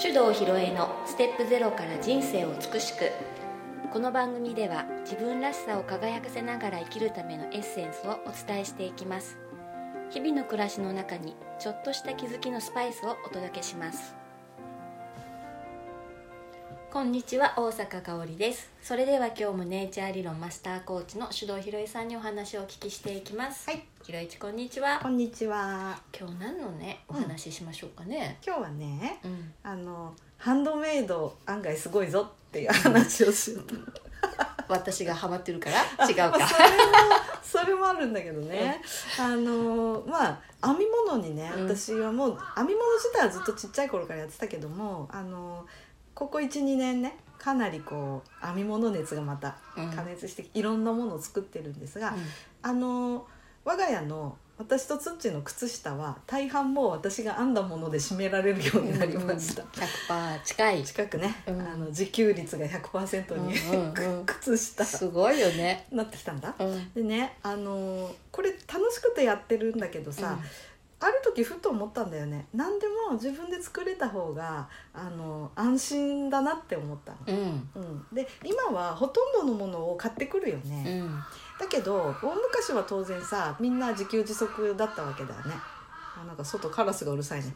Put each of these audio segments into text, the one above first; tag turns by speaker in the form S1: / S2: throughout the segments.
S1: 手動ひろえのステップゼロから人生を美しくこの番組では自分らしさを輝かせながら生きるためのエッセンスをお伝えしていきます日々の暮らしの中にちょっとした気づきのスパイスをお届けしますこんにちは大阪香織ですそれでは今日もネイチャー理論マスターコーチの手動ひろえさんにお話をお聞きしていきます
S2: はい
S1: ひろいちこんにちは
S2: こんにちは。
S1: 今日何のねお話ししましょうかね、
S2: 今日はね、
S1: うん
S2: あのハンドメイド案外すごいぞっていう話をしようと。
S1: 私がハマってるから違うか
S2: まあ それもそれもあるんだけどね。あのまあ編み物にね、
S1: うん
S2: 私はもう編み物自体はずっとちっちゃい頃からやってたけども、あのここ1、2年ね。かなりこう編み物熱がまた
S1: うん
S2: 加熱して、いろんなものを作ってるんですが、
S1: うん
S2: あの我が家の私とつっちの靴下は大半もう私が編んだもので締められるようになりました、
S1: 100%近い
S2: 近くね、
S1: うん
S2: あの自給率が100%に、
S1: うんうんうん
S2: 靴下
S1: すごいよね、
S2: なってきたんだ
S1: うん
S2: でねあのこれ楽しくてやってるんだけどさ、ある時ふと思ったんだよね何でも自分で作れた方があの安心だなって思ったの、
S1: うんうん
S2: うん、で今はほとんどのものを買ってくるよね、
S1: うん
S2: だけど大昔は当然さみんな自給自足だったわけだよねあなんか外カラスがうるさいね、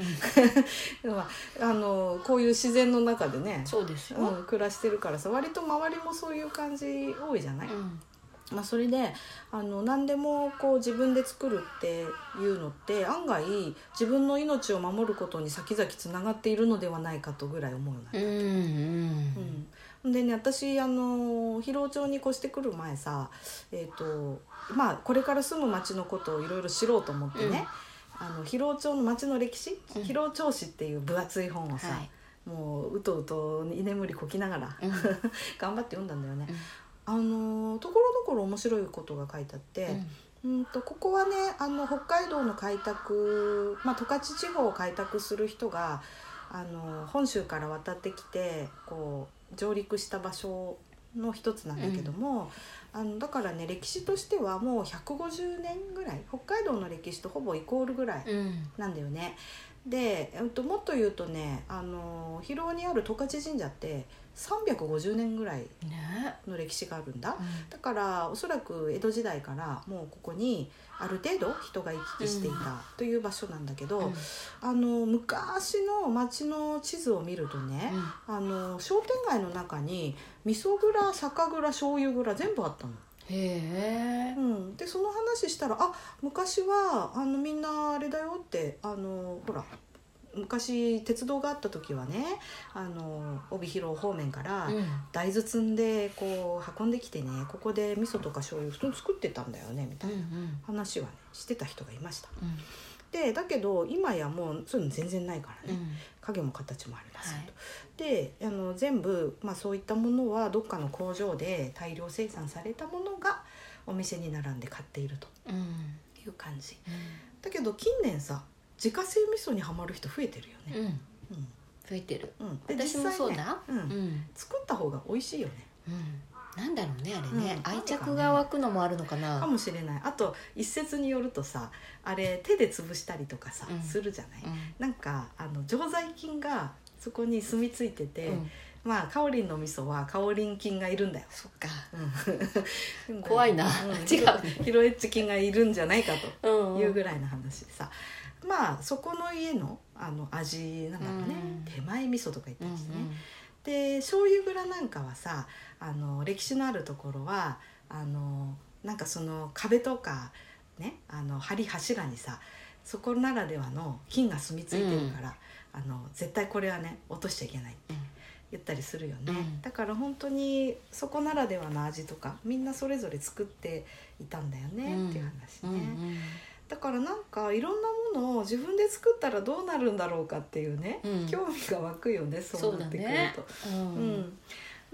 S2: まあ、あのこういう自然の中でね、
S1: そうですよ、
S2: うん、暮らしてるからさ割と周りもそういう感じ多いじゃない、
S1: うん
S2: まあ、それであの何でもこう自分で作るっていうのって案外自分の命を守ることに先々つながっているのではないかとぐらい思うよね
S1: うんうん
S2: うん、でね私あの広尾町に越してくる前さ、えーとまあ、これから住む町のことをいろいろ知ろうと思ってね、あの広尾町の町の歴史、
S1: うん
S2: 広尾町史っていう分厚い本をさ、
S1: はい
S2: もううとうと居眠りこきながら、
S1: うん
S2: 頑張って読んだんだよね
S1: う。
S2: あのところどころ面白いことが書いてあって、うんとここはねあの北海道の開拓、まあ、十勝地方を開拓する人があの本州から渡ってきてこう上陸した場所の一つなんだけども、あのだからね歴史としてはもう150年ぐらい北海道の歴史とほぼイコールぐらい
S1: うん
S2: なんだよね。で、えっと、もっと言うとねあの広尾にある十勝神社って350年ぐらい
S1: ね
S2: の歴史があるんだ。
S1: うん
S2: だからおそらく江戸時代からもうここにある程度人が行き来していたという場所なんだけど、
S1: うん
S2: あの昔の町の地図を見るとね、あの商店街の中に味噌蔵酒蔵醤油蔵全部あったの。
S1: へえ
S2: うん、でその話したら「あ昔はあのみんなあれだよ」ってあのほら昔鉄道があった時はねあの帯広方面から
S1: うん
S2: 大豆積んでこう運んできてねここで味噌とか醤油普通に作ってたんだよねみた
S1: う
S2: い
S1: んう
S2: なん話はねしてた人がいました
S1: うん
S2: でだけど今やもうそういうの全然ないから
S1: う
S2: ね、
S1: ん
S2: 影も形もありますよ
S1: はい
S2: と、であの全部、まあ、そういったものはどっかの工場で大量生産されたものがお店に並んで買っていると
S1: うんうん
S2: いう感じだけど近年さ自家製味噌にはまる人増えてるよね、
S1: うん
S2: うん
S1: 増えてる
S2: うん、で
S1: 私も
S2: 実際ね
S1: そうだ
S2: うん
S1: うん
S2: 作った方が美味しいよね
S1: うんなんだろうねあれね、
S2: うん
S1: 愛着が湧くのもあるのかな
S2: かもしれないあと一説によるとさあれ手で潰したりとかさ、
S1: うん
S2: するじゃない、
S1: うん
S2: なんかあの常在菌がそこに住み着いてて、
S1: うん
S2: まあカオリンの味噌はカオリン菌がいるんだよ、
S1: そっか
S2: うん
S1: 怖いな違うね
S2: ヒロエッチ菌がいるんじゃないか
S1: うん
S2: と
S1: うん
S2: いうぐらいの話でさまあそこの家のあの味なんだろうね、
S1: うん
S2: 手前味噌とか言った
S1: うん
S2: りしてね、で醤油蔵なんかはさあの歴史のあるところはあのなんかその壁とかねあの梁柱にさそこならではの菌が住み着いてるから、あの絶対これはね落としちゃいけないって
S1: うん
S2: 言ったりするよね、
S1: うん
S2: だから本当にそこならではの味とかみんなそれぞれ作っていたんだよね、
S1: うん
S2: っていう話
S1: う
S2: ね、
S1: んうん
S2: だからなんかいろんなものを自分で作ったらどうなるんだろうかっていうね、
S1: うん
S2: 興味が湧くよねそうなってくる
S1: そうだね
S2: と。
S1: うん
S2: うん、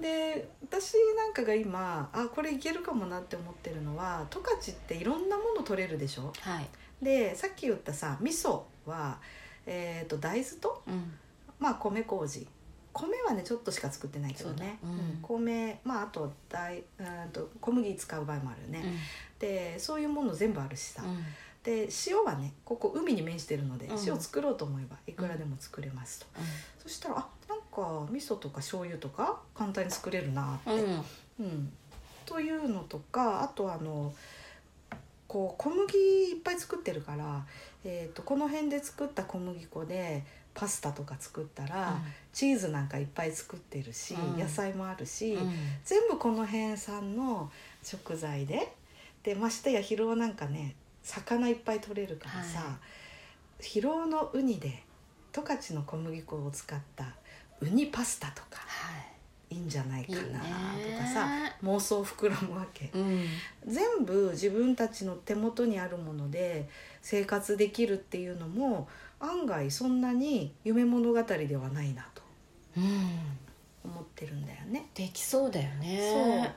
S2: で私なんかが今あこれいけるかもなって思ってるのは十勝っていろんなもの取れるでしょ
S1: はい、
S2: でさっき言ったさ味噌は、えー、と大豆と、
S1: うん
S2: まあ、米麹米はねちょっとしか作ってないけどね
S1: そうだうん
S2: 米、まあ、あと大うんと小麦使う場合もあるよね、
S1: うん
S2: でそういうもの全部あるしさ、
S1: うん
S2: で塩はねここ海に面してるので、
S1: うん
S2: 塩作ろうと思えばいくらでも作れますと、そしたらあなんか味噌とか醤油とか簡単に作れるなって、
S1: うん
S2: うん、というのとかあとあのこう小麦いっぱい作ってるから、えー、とこの辺で作った小麦粉でパスタとか作ったら、チーズなんかいっぱい作ってるし、
S1: うん
S2: 野菜もあるし、
S1: うん
S2: 全部この辺産の食材ででましてや広尾なんかね魚いっぱい取れるからさ、
S1: は
S2: 広尾のウニで十勝の小麦粉を使ったウニパスタとかいいんじゃない
S1: い
S2: か
S1: い
S2: な
S1: ね
S2: とかさ妄想膨らむわけ、
S1: うん
S2: 全部自分たちの手元にあるもので生活できるっていうのも案外そんなに夢物語ではないなと
S1: うん
S2: 思ってるんだよね。
S1: できそうだよ
S2: そう
S1: ね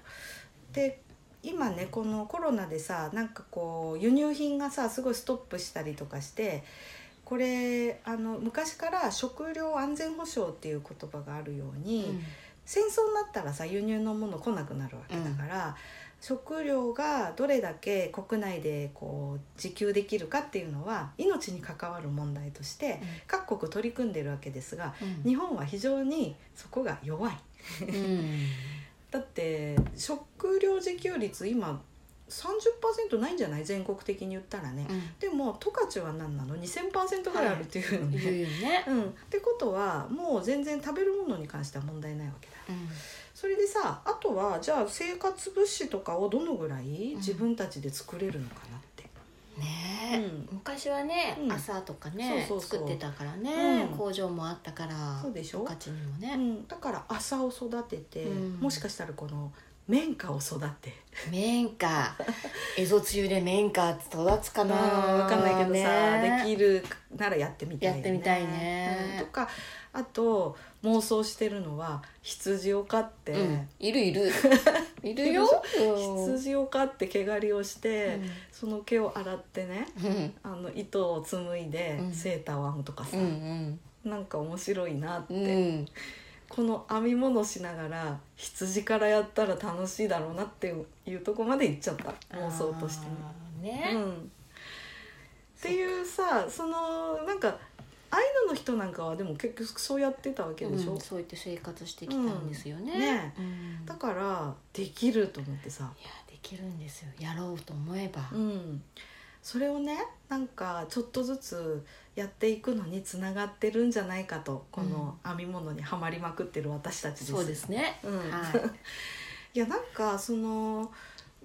S2: で今ねこのコロナでさなんかこう輸入品がさすごいストップしたりとかしてこれあの昔から食料安全保障っていう言葉があるように、
S1: うん
S2: 戦争になったらさ輸入のもの来なくなるわけだから、食料がどれだけ国内でこう自給できるかっていうのは命に関わる問題として各国取り組んでるわけですが
S1: うん
S2: 日本は非常にそこが弱い。
S1: うん
S2: だって食料自給率今30%ないんじゃない全国的に言ったらね、
S1: うん
S2: でも十勝は何なの2000%ぐらいあるっていうのね、
S1: 言うよね
S2: うん、ってことはもう全然食べるものに関しては問題ないわけだ
S1: うん
S2: それでさあとはじゃあ生活物資とかをどのぐらい自分たちで作れるのかなって、
S1: ね
S2: うん
S1: 昔はね
S2: うん
S1: 朝とかね
S2: そうそうそう
S1: 作ってたからね
S2: うん
S1: 工場もあったから
S2: そうでし
S1: 十
S2: ょ、
S1: 勝にも
S2: う
S1: ね
S2: ん、だから朝を育てて、
S1: うん
S2: もしかしたらこの綿花を育て
S1: 綿花蝦夷梅雨で綿花って育つかな
S2: うんわかんないけどさ、
S1: ね
S2: できるならやってみたいよ
S1: やってみたいね
S2: うんとかあと妄想してるのは羊を飼って、
S1: うんいるい るいるようん
S2: 羊を飼って毛刈りをして、
S1: うん
S2: その毛を洗ってね
S1: うん
S2: あの糸を紡いで
S1: うん
S2: セーターを編むとかさ、
S1: うん
S2: なんか面白いなって、
S1: うんうん
S2: この編み物しながら羊からやったら楽しいだろうなっていうとこまで行っちゃった妄想としてね。
S1: あーね
S2: うん、っていうさそのなんかアイヌの人なんかはでも結局そうやってたわけでしょ、
S1: うんそうやって生活してきたんですよね,う、
S2: うんんねだからできると思ってさ、
S1: いやできるんですよやろうと思えば、
S2: うん、それをねなんかちょっとずつやっていくのにつながってるんじゃないかとこの編み物にはまりまくってる私たちです。
S1: そうですね、
S2: うん
S1: はい
S2: やなんかその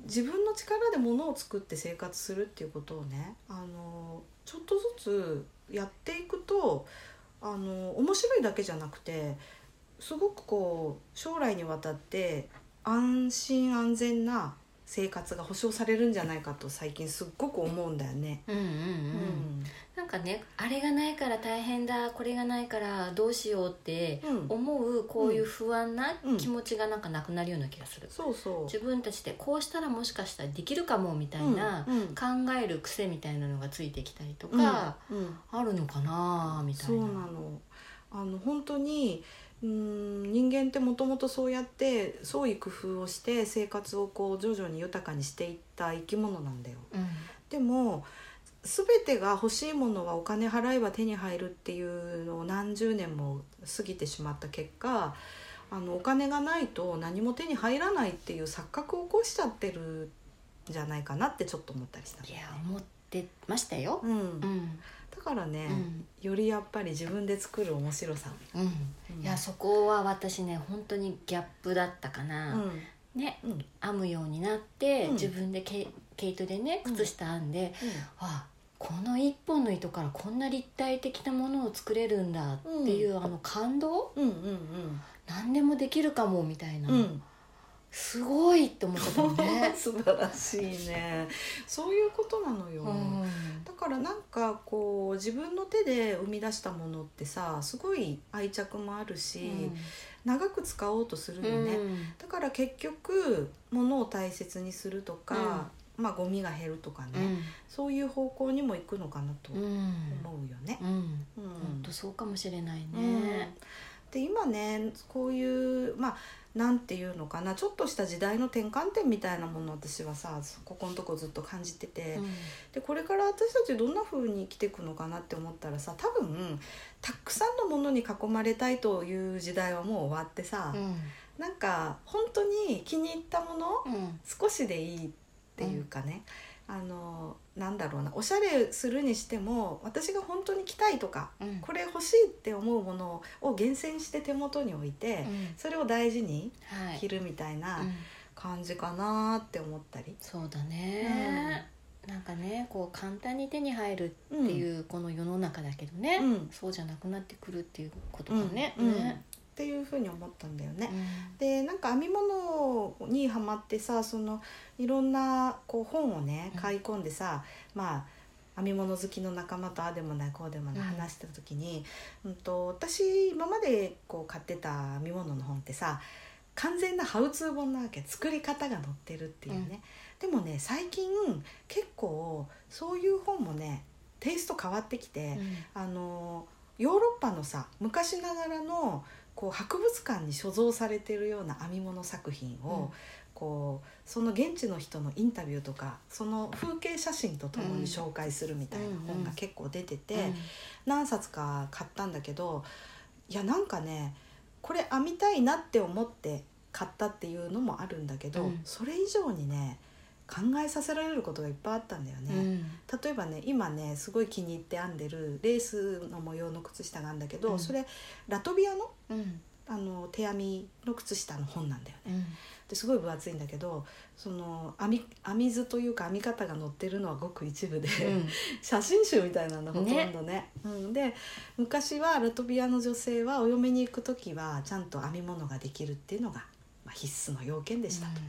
S2: 自分の力で物を作って生活するっていうことをねあのちょっとずつやっていくとあの面白いだけじゃなくてすごくこう将来にわたって安心安全な生活が保障されるんじゃないかと最近すっごく思うんだよね。
S1: い、うんうん
S2: う
S1: うん、なんかねあれがないから大変だこれがないからどうしようって
S2: うん
S1: 思うこういう不安な
S2: うん
S1: 気持ちがなんかなくなるような気がする、
S2: そうそう。
S1: 自分たちでこうしたらもしかしたらできるかもみたいな、
S2: うんうん
S1: 考える癖みたいなのがついてきたりとか、
S2: うんうん
S1: あるのかなみたいな
S2: そうなのあの本当にうーん人間ってもともとそうやって創意工夫をして生活をこう徐々に豊かにしていった生き物なんだよ。
S1: うん
S2: でも全てが欲しいものはお金払えば手に入るっていうのを何十年も過ぎてしまった結果あのお金がないと何も手に入らないっていう錯覚を起こしちゃってるんじゃないかなってちょっと思ったりしたんだ
S1: い
S2: よ
S1: や
S2: ね
S1: 思ってましたよ、
S2: う
S1: う
S2: ん
S1: ん
S2: だからね、
S1: うん
S2: よりやっぱり自分で作る面白さ、
S1: うん
S2: うん
S1: いやそこは私ね本当にギャップだったか
S2: う
S1: な、
S2: ん
S1: ね
S2: うん
S1: 編むようになって、
S2: うん
S1: 自分で毛毛糸でね
S2: うん
S1: 靴下編んで、あこの一本の糸からこんな立体的なものを作れるんだっていう、あの感動
S2: うんうん
S1: 何でもできるかもみたいな、
S2: うんうん、
S1: すごいって思ってたもんね。
S2: 素晴らしいねそういうことなのよ、
S1: うん
S2: だからなんかこう自分の手で生み出したものってさすごい愛着もあるし、長く使おうとする
S1: う
S2: よ
S1: ん
S2: ね、だから結局物を大切にするとか、まあゴミが減るとかね、そういう方向にも行くのかなと
S1: うんう
S2: 思
S1: ん
S2: うよね。
S1: うん
S2: うん
S1: 本当そうかもしれない
S2: うん
S1: ね。
S2: で今ねこういうまあなんていうのかなちょっとした時代の転換点みたいなものを私はさここのとこずっと感じてて、でこれから私たちどんな風に生きていくのかなって思ったらさ多分たくさんのものに囲まれたいという時代はもう終わってさ、なんか本当に気に入ったもの少しでいいっていうかね、あのなんだろうなおしゃれするにしても私が本当に着たいとか、これ欲しいって思うものを厳選して手元に置いて、それを大事に着るみたいな感じかなって思ったり。
S1: そうだね、なんかねこう簡単に手に入るっていうこの世の中だけどね、
S2: うん
S1: そうじゃなくなってくるっていうことがね。
S2: うんうんっ
S1: ね
S2: ていうふうに思ったんだよね。
S1: うん
S2: でなんか編み物にはまってさそのいろんなこう本をね
S1: うん
S2: 買い込んでさ、まあ編み物好きの仲間とああでもないこうでもない
S1: うん
S2: 話してた時に、うん、と私今までこう買ってた編み物の本ってさ完全なハウツー本なわけ作り方が載ってるっていうね、でもね最近結構そういう本もねテイスト変わってきて、あのヨーロッパのさ昔ながらのこう博物館に所蔵されてるような編み物作品
S1: う
S2: を、
S1: ん
S2: こうその現地の人のインタビューとかその風景写真とともに紹介するみたいな本が結構出てて、何冊か買ったんだけどいやなんかねこれ編みたいなって思って買ったっていうのもあるんだけど、
S1: うん
S2: それ以上にね考えさせられることがいっぱいあったんだよね。
S1: うんうん
S2: 例えばね今ねすごい気に入って編んでるレースの模様の靴下なんだけど、
S1: うん
S2: それラトビアの
S1: うん
S2: あの手編みの靴下の本なんだよね。
S1: うん
S2: ですごい分厚いんだけどその編み編み図というか編み方が載ってるのはごく一部で、写真集みたいなのほとんどねうん、で昔はラトビアの女性はお嫁に行く時はちゃんと編み物ができるっていうのが、まあ、必須の要件でしたと。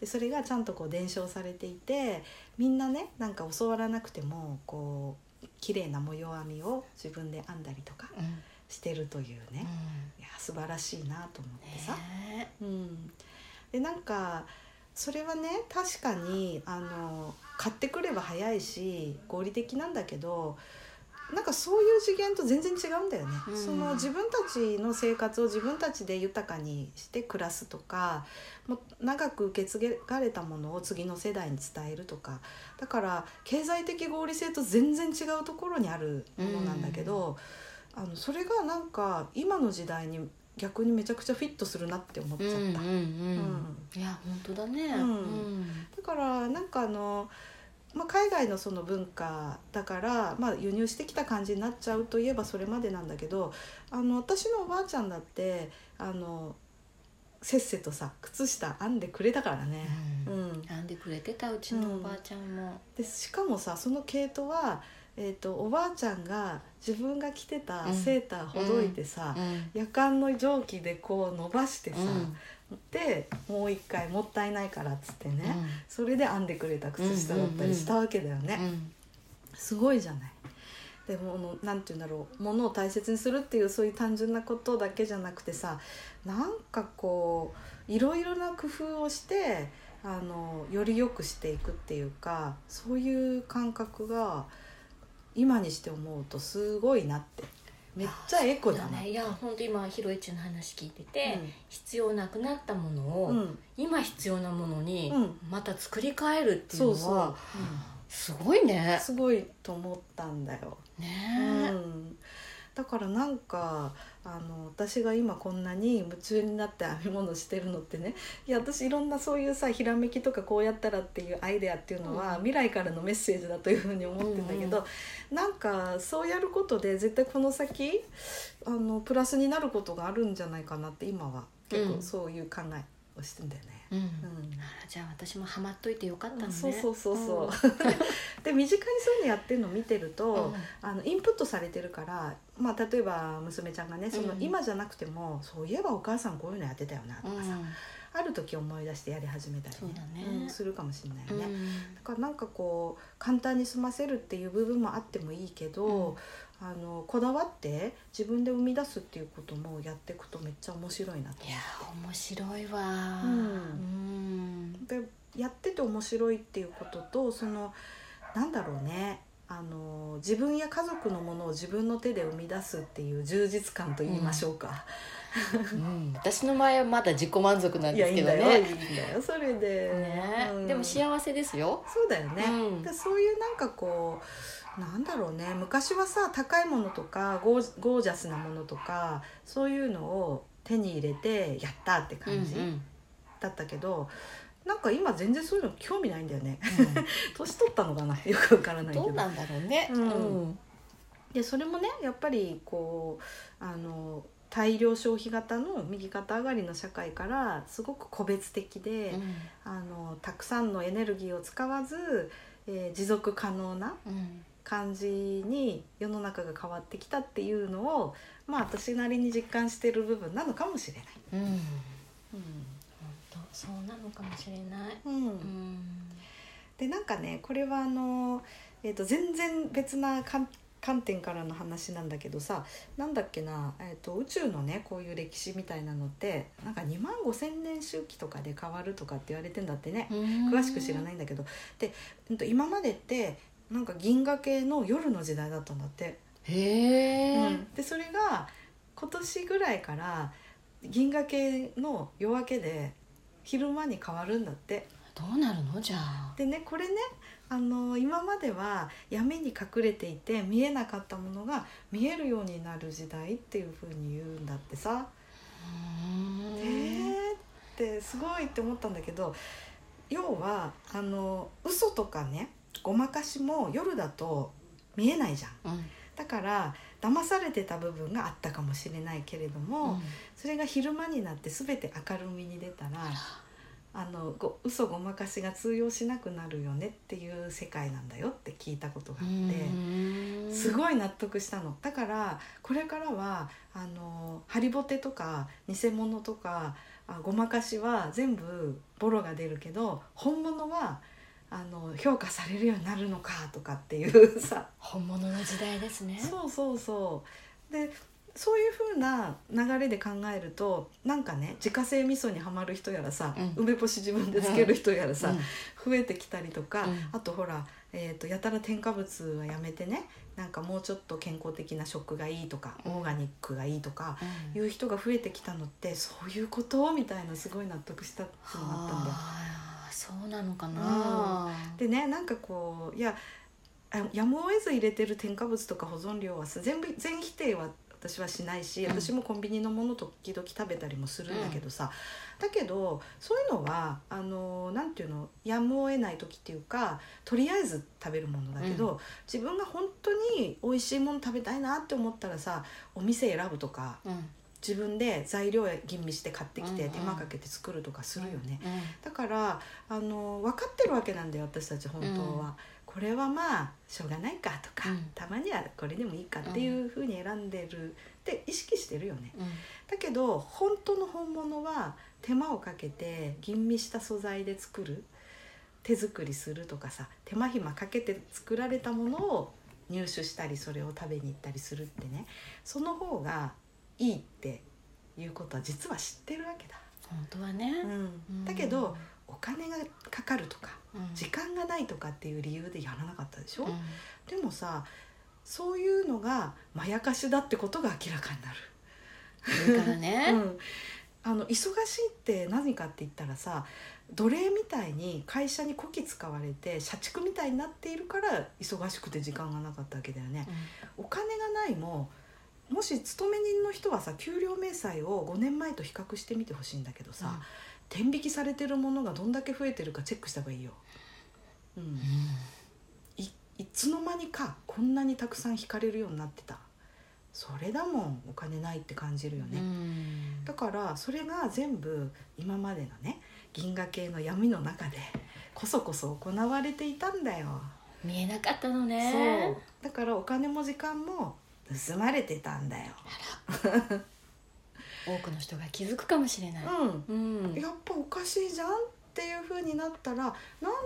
S2: でそれがちゃんとこう伝承されていてみんなねなんか教わらなくてもこう綺麗な模様編みを自分で編んだりとか
S1: うんうん
S2: してるというね、
S1: うん
S2: いや素晴らしいなと思ってさ。
S1: ね
S2: うん、でなんかそれはね確かにあの買ってくれば早いし合理的なんだけどなんかそういう次元と全然違うんだよね、
S1: うん
S2: その自分たちの生活を自分たちで豊かにして暮らすとかもう長く受け継がれたものを次の世代に伝えるとかだから経済的合理性と全然違うところにあるものなんだけど、あのそれがなんか今の時代に逆にめちゃくちゃフィットするなって思っち
S1: う
S2: ゃ
S1: ん
S2: った。
S1: うんうん
S2: う
S1: いや本当だね。
S2: うん
S1: うん
S2: だからなんかあの、まあ、海外のその文化だから、まあ、輸入してきた感じになっちゃうといえばそれまでなんだけどあの私のおばあちゃんだってあのせっせとさ靴下編んでくれたからね。うん、
S1: 編んでくれてたうちのおばあちゃんも。
S2: でしかもさその毛糸は、えー、とおばあちゃんが自分が着てたセーターほどいてさ、
S1: うん
S2: 夜間の蒸気でこう伸ばしてさ、
S1: うん
S2: でもう一回もったいないからっつってね、
S1: うん
S2: それで編んでくれた靴下だったりしたわけだよね、
S1: うん
S2: すごいじゃないでもあのなんて言うんだろうものを大切にするっていうそういう単純なことだけじゃなくてさなんかこういろいろな工夫をしてあのより良くしていくっていうかそういう感覚が今にして思うとすごいなってめっちゃエコだ
S1: だね
S2: ね。
S1: いや本当今ひろいちの話聞いてて、
S2: うん
S1: 必要なくなったものを、
S2: うん、
S1: 今必要なものに
S2: うん
S1: また作り変えるっていう
S2: そう
S1: の
S2: そう、
S1: はすごい
S2: うん
S1: ね。
S2: すごいと思ったんだよ。
S1: ね
S2: うんだからなんかあの私が今こんなに夢中になって編み物してるのってねいや私いろんなそういうさひらめきとかこうやったらっていうアイデアっていうのは、
S1: うん
S2: 未来からのメッセージだというふうに思ってんだけど、なんかそうやることで絶対この先あのプラスになることがあるんじゃないかなって今は結
S1: う
S2: 構
S1: ん
S2: そういう考えをしてんだよね。
S1: うん
S2: うん
S1: あじゃあ私もハマっといてよかったのね。
S2: そうそうそうそう、 で身近にそういうのやってるの見てると、
S1: うん
S2: あのインプットされてるから、まあ、例えば娘ちゃんがねその
S1: うん
S2: 今じゃなくても、そういえばお母さんこういうのやってたよなと
S1: う
S2: か
S1: ん
S2: さ、ある時思い出してやり始めたり、
S1: そうだね
S2: うんするかもしれないよ
S1: うん
S2: ね。だからなんかこう簡単に済ませるっていう部分もあってもいいけど、あのこだわって自分で生み出すっていうこともやっていくとめっちゃ面白いなと
S1: いや面白いわ。
S2: う
S1: う
S2: ん
S1: ん
S2: でやってて面白いっていうこととそのなんだろうねあの自分や家族のものを自分の手で生み出すっていう充実感と言いましょうか、
S3: うん、私の前はまだ自己満足なん
S2: い
S3: で
S2: や
S3: す
S2: い
S3: け
S2: いん
S3: ど
S2: だよいい
S3: ね。
S2: んだよそれで、
S3: ね
S2: うん
S3: でも幸せですよ。
S2: そうだよね、
S3: うん
S2: でそういうなんかこうなんだろうね昔はさ高いものとかゴーゴージャスなものとかそういうのを手に入れてやったって感じ
S3: うんうん
S2: だったけど、なんか今全然そういうの興味ないんだよね年取ったのかな よくわからないけ
S3: ど
S2: ど
S3: うなんだろうね。
S2: うん
S3: うん
S2: でそれもねやっぱりこうあの大量消費型の右肩上がりの社会からすごく個別的で、あのたくさんのエネルギーを使わず、えー持続可能な
S3: うん
S2: 感じに世の中が変わってきたっていうのをまあ私なりに実感してる部分なのかもしれない。
S3: うん本当そうなのかもしれない。
S2: うん
S3: うん
S2: でなんかねこれはあの、えー、と全然別な観観点からの話なんだけどさなんだっけな、えー、と宇宙のねこういう歴史みたいなのってなんか2万5,000年周期とかで変わるとかって言われてんだってね詳しく知ら
S3: い。
S2: ないんだけどで、うんと、今までってなんか銀河系の夜の時代だったんだって。
S3: へえ。
S2: でそれが今年ぐらいから銀河系の夜明けで昼間に変わるんだって
S3: どうなるのじゃあ。
S2: でねこれねあの今までは闇に隠れていて見えなかったものが見えるようになる時代っていう風に言うんだってさ。
S3: うん
S2: えーってすごいって思ったんだけど要はあの嘘とかねごまかしも夜だと見えないじゃん。
S3: うん
S2: だから騙されてた部分があったかもしれないけれども、それが昼間になって全て明るみに出たらあのご嘘ごまかしが通用しなくなるよねっていう世界なんだよって聞いたことがあって。
S3: うん
S2: すごい納得したのだからこれからはあのハリボテとか偽物とかあごまかしは全部ボロが出るけど本物はあの評価されるようになるのかとかっていうさ
S3: 本物の時代ですね。
S2: そうそうそうでそういう風な流れで考えるとなんかね自家製味噌にはまる人やらさ、
S3: うん
S2: 梅干し自分でつける人やらさ、
S3: うん
S2: 増えてきたりとか、
S3: うん
S2: あとほら、えー、とやたら添加物はやめてねなんかもうちょっと健康的な食がいいとか、
S3: うん
S2: オーガニックがいいとか
S3: うん
S2: いう人が増えてきたのってそういうことみたいなすごい納得したっていうのがあったんだよ。
S3: はあそうなのかな。
S2: でねなんかこういやあやむを得ず入れてる添加物とか保存料はさ全部全否定は私はしないし
S3: うん
S2: 私もコンビニのもの時々食べたりもするんだけどさ、だけどそういうのはあのなんていうのやむを得ない時っていうかとりあえず食べるものだけど、自分が本当に美味しいもの食べたいなって思ったらさお店選ぶとか
S3: うん
S2: 自分で材料や吟味して買ってき
S3: うんう
S2: て
S3: ん
S2: 手間かけて作るとかするよね。
S3: うん
S2: だからあの分かってるわけなんだよ私たち本当は、
S3: う
S2: これはまあしょうがないかとか、
S3: うん
S2: たまにはこれでもいいかっていうふうに選んでるって意識してるよね
S3: うん
S2: だけど本当の本物は手間をかけて吟味した素材で作る手作りするとかさ手間暇かけて作られたものを入手したりそれを食べに行ったりするってねその方がいいっていうことは実は知ってるわけだ。
S3: 本当はね。
S2: う
S3: うん
S2: ん、だけど、お金がかかるとか
S3: うん
S2: 時間がないとかっていう理由でやらなかったでし ょ、
S3: うん
S2: でもさそういうのがまやかしだってことが明らかになる。
S3: それから
S2: う
S3: ね。
S2: んあの忙しいって何かって言ったらさ奴隷みたいに会社にこき使われて社畜みたいになっているから忙しくて時間がなかったわけだよね。お金がないももし勤め人の人はさ給料明細を5年前と比較してみてほしいんだけどさ、
S3: うん
S2: 天引きされてるものがどんだけ増えてるかチェックした方がいいよ、うん、いいつの間にかこんなにたくさん引かれるようになってたそれだもんお金ないって感じるよ
S3: う
S2: ね、
S3: ん
S2: だからそれが全部今までのね銀河系の闇の中でこそこそ行われていたんだよ
S3: 見えなかったの
S2: そ
S3: ね
S2: う。だからお金も時間も盗まれてたんだよ、
S3: 多くの人が気づくかもしれない。
S2: うん
S3: うん
S2: やっぱおかしいじゃんっていう風になったらなん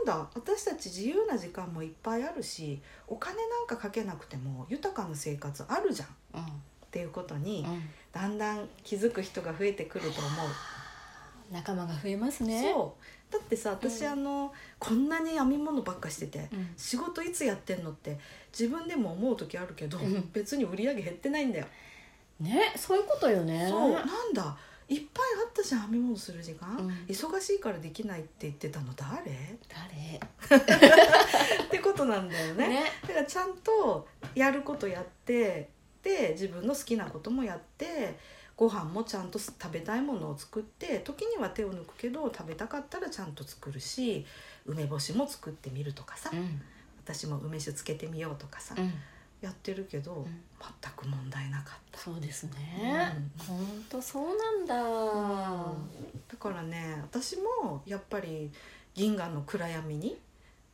S2: だ私たち自由な時間もいっぱいあるしお金なんかかけなくても豊かな生活あるじゃんっ
S3: うん
S2: ていうことに
S3: うん
S2: だんだん気づく人が増えてくると思う。
S3: 仲間が増えますね。
S2: そうだってさ私、
S3: うん
S2: あのこんなに編み物ばっかしてて、
S3: うん
S2: 仕事いつやってんのって自分でも思う時あるけど、
S3: うん
S2: 別に売り上げ減ってないんだよ。
S1: ねそういうことよね
S2: そうなんだいっぱいあったじゃん編み物する時間、
S1: うん
S2: 忙しいからできないって言ってたの誰
S1: 誰
S2: ってことなんだよね
S1: ね
S2: だからちゃんとやることやってで自分の好きなこともやってご飯もちゃんと食べたいものを作って時には手を抜くけど食べたかったらちゃんと作るし梅干しも作ってみるとかさ、
S1: うん
S2: 私も梅酒つけてみようとかさ、
S1: うん
S2: やってるけ
S1: ん
S2: ど、全く問題なかった。
S1: そうですね本当そうなんだ
S2: だからね私もやっぱり銀河の暗闇に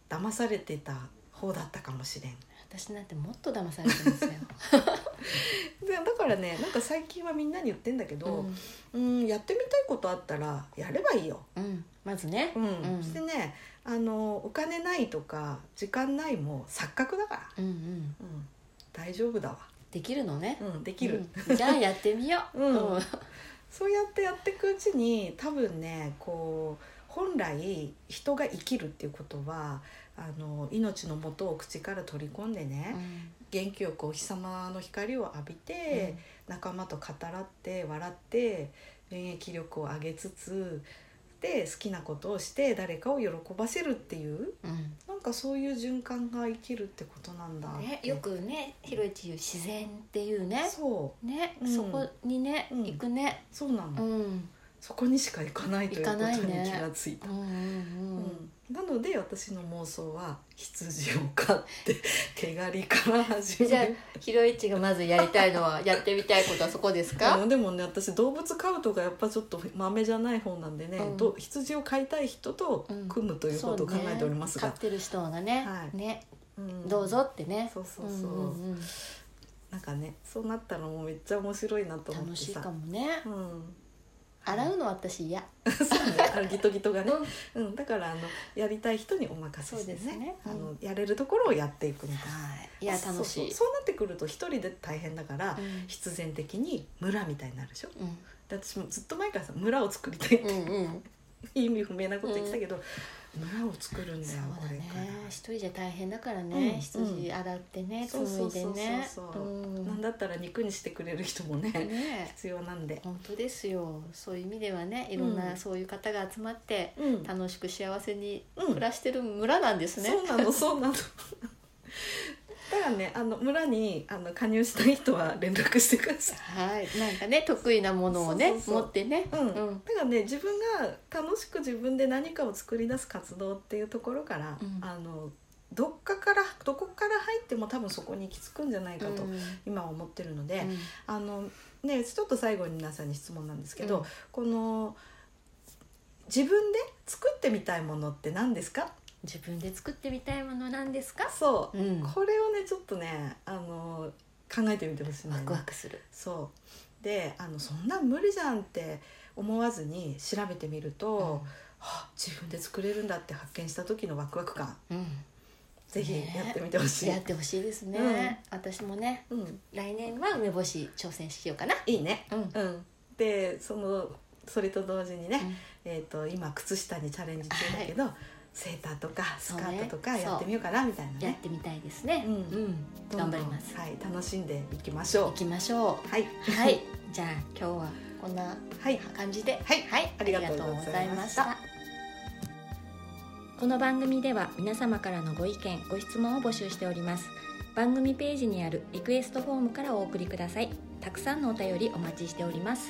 S2: 騙されてた方だったかもしれん
S1: 私なんてもっと騙されてますよ
S2: でだからねなんか最近はみんなに言ってんだけ ど、うん、やってみたいことあったらやればいいよ、
S1: うんうんまずね
S2: うん
S1: うん
S2: そしてねあのお金ないとか時間ないも錯覚だから、
S1: うんうん
S2: うん、大丈夫だわ、
S1: できるのね
S2: うん、できる、
S1: うんじゃあやってみよう
S2: うんそうやってやっていくうちに多分ねこう本来人が生きるっていうことはあの命の元を口から取り込んでね、元気よくお日様の光を浴びて、仲間と語らって笑って免疫力を上げつつで好きなことをして誰かを喜ばせるっていう
S1: うんうん
S2: なんかそういう循環が生きるってことなんだって
S1: ね、よくねひろいち言う自然っていうね
S2: そう
S1: ね、
S2: うん
S1: そこにね、
S2: うん
S1: 行くね
S2: そうなの、
S1: うん
S2: そこにしか行かないということ
S1: 行かない
S2: に
S1: ね
S2: 気がついた
S1: うんうんうん
S2: なので私の妄想は羊を飼 って手刈りから始め
S1: じゃあひろいちがまずやりたいのはやってみたいことはそこですか、
S2: うんでもね私動物飼うとかやっぱちょっと豆じゃない方なんでね、
S1: うん
S2: ど羊を飼いたい人と組むということを考えております
S1: そうね、飼
S2: が
S1: っ、てる人がね,、
S2: はい
S1: ね
S2: うん
S1: どうぞってね
S2: そうそうそう、
S1: んうんうん
S2: なんかねそうなったらもうめっちゃ面白いなと思っ
S1: 楽
S2: てさ
S1: しいかもね
S2: うん
S1: 洗うの私嫌
S2: そうね、あのギトギトがね、うん、だからあのやりたい人にお任せしてね
S1: そうですねうん
S2: あのやれるところをやっていくみたいな。
S1: いや楽しい
S2: そうそうそうなってくると一人で大変だから、
S1: うん
S2: 必然的に村みたいになるでしょ
S1: うん
S2: で私もずっと前からさ村を作りたいって、
S1: うんうん、
S2: 意味不明なこと言ってたけど、村を作るんだ
S1: そう
S2: よこ
S1: だ
S2: れ
S1: ね
S2: から。
S1: 一人じゃ大変だからね、
S2: うん
S1: 羊洗ってね
S2: そう
S1: 紡
S2: そ
S1: いうで
S2: そう
S1: ね
S2: そう
S1: う
S2: そう、
S1: ん
S2: なんだったら肉にしてくれる人もね
S1: ね
S2: 必要なんで、
S1: 本当ですよそういう意味ではねいろん
S2: う
S1: なんそういう方が集まって
S2: うん
S1: 楽しく幸せに
S2: うん
S1: 暮らしてる村なんですね、
S2: そうな のそうなのだからねあの村にあの加入したい人は連絡してください
S1: はいなんかね得意なものをね
S2: そうそうそう
S1: 持ってね
S2: うん
S1: う
S2: だからね自分が楽しく自分で何かを作り出す活動っていうところから、
S1: うん
S2: あのどっかからどこから入っても多分そこに行き着くんじゃないかと、
S1: うん
S2: 今は思ってるので、
S1: うん
S2: あのねちょっと最後に皆さんに質問なんですけど、
S1: うん
S2: この自分で作ってみたいものって何ですか
S1: 自分で作ってみたいものなんですか、
S2: そう、
S1: うん、ワ
S2: これをねちょっとねあの考えてみてほしいのよね
S1: クワクする、
S2: そうであのそんなん無理じゃんって思わずに調べてみると、はあ自分で作れるんだって発見した時のワクワク感
S1: うん
S2: ぜひ
S1: ね
S2: やってみてほしい、
S1: やってほしいですね、
S2: う
S1: 私もね
S2: うん、
S1: 来年は梅干し挑戦しようかな、
S2: いいね
S1: うん
S2: うんでそのそれと同時にね、
S1: うん
S2: えー、と今靴下にチャレンジ中だけど、セーターとかス
S1: そう
S2: カ
S1: ね
S2: ートとかやってみようかなみたいな
S1: やっ
S2: ね
S1: てみたいですね、
S2: うん
S1: うん、頑張ります、
S2: どんどんはい、楽しんでいきましょ
S1: 行きましょ
S2: うはいう
S1: はい じゃあ今日はこんな
S2: はい
S1: 感じで
S2: はい
S1: ありがとうございました
S4: この番組では皆様からのご意見ご質問を募集しております番組ページにあるリクエストフォームからお送りくださいたくさんのお便りお待ちしております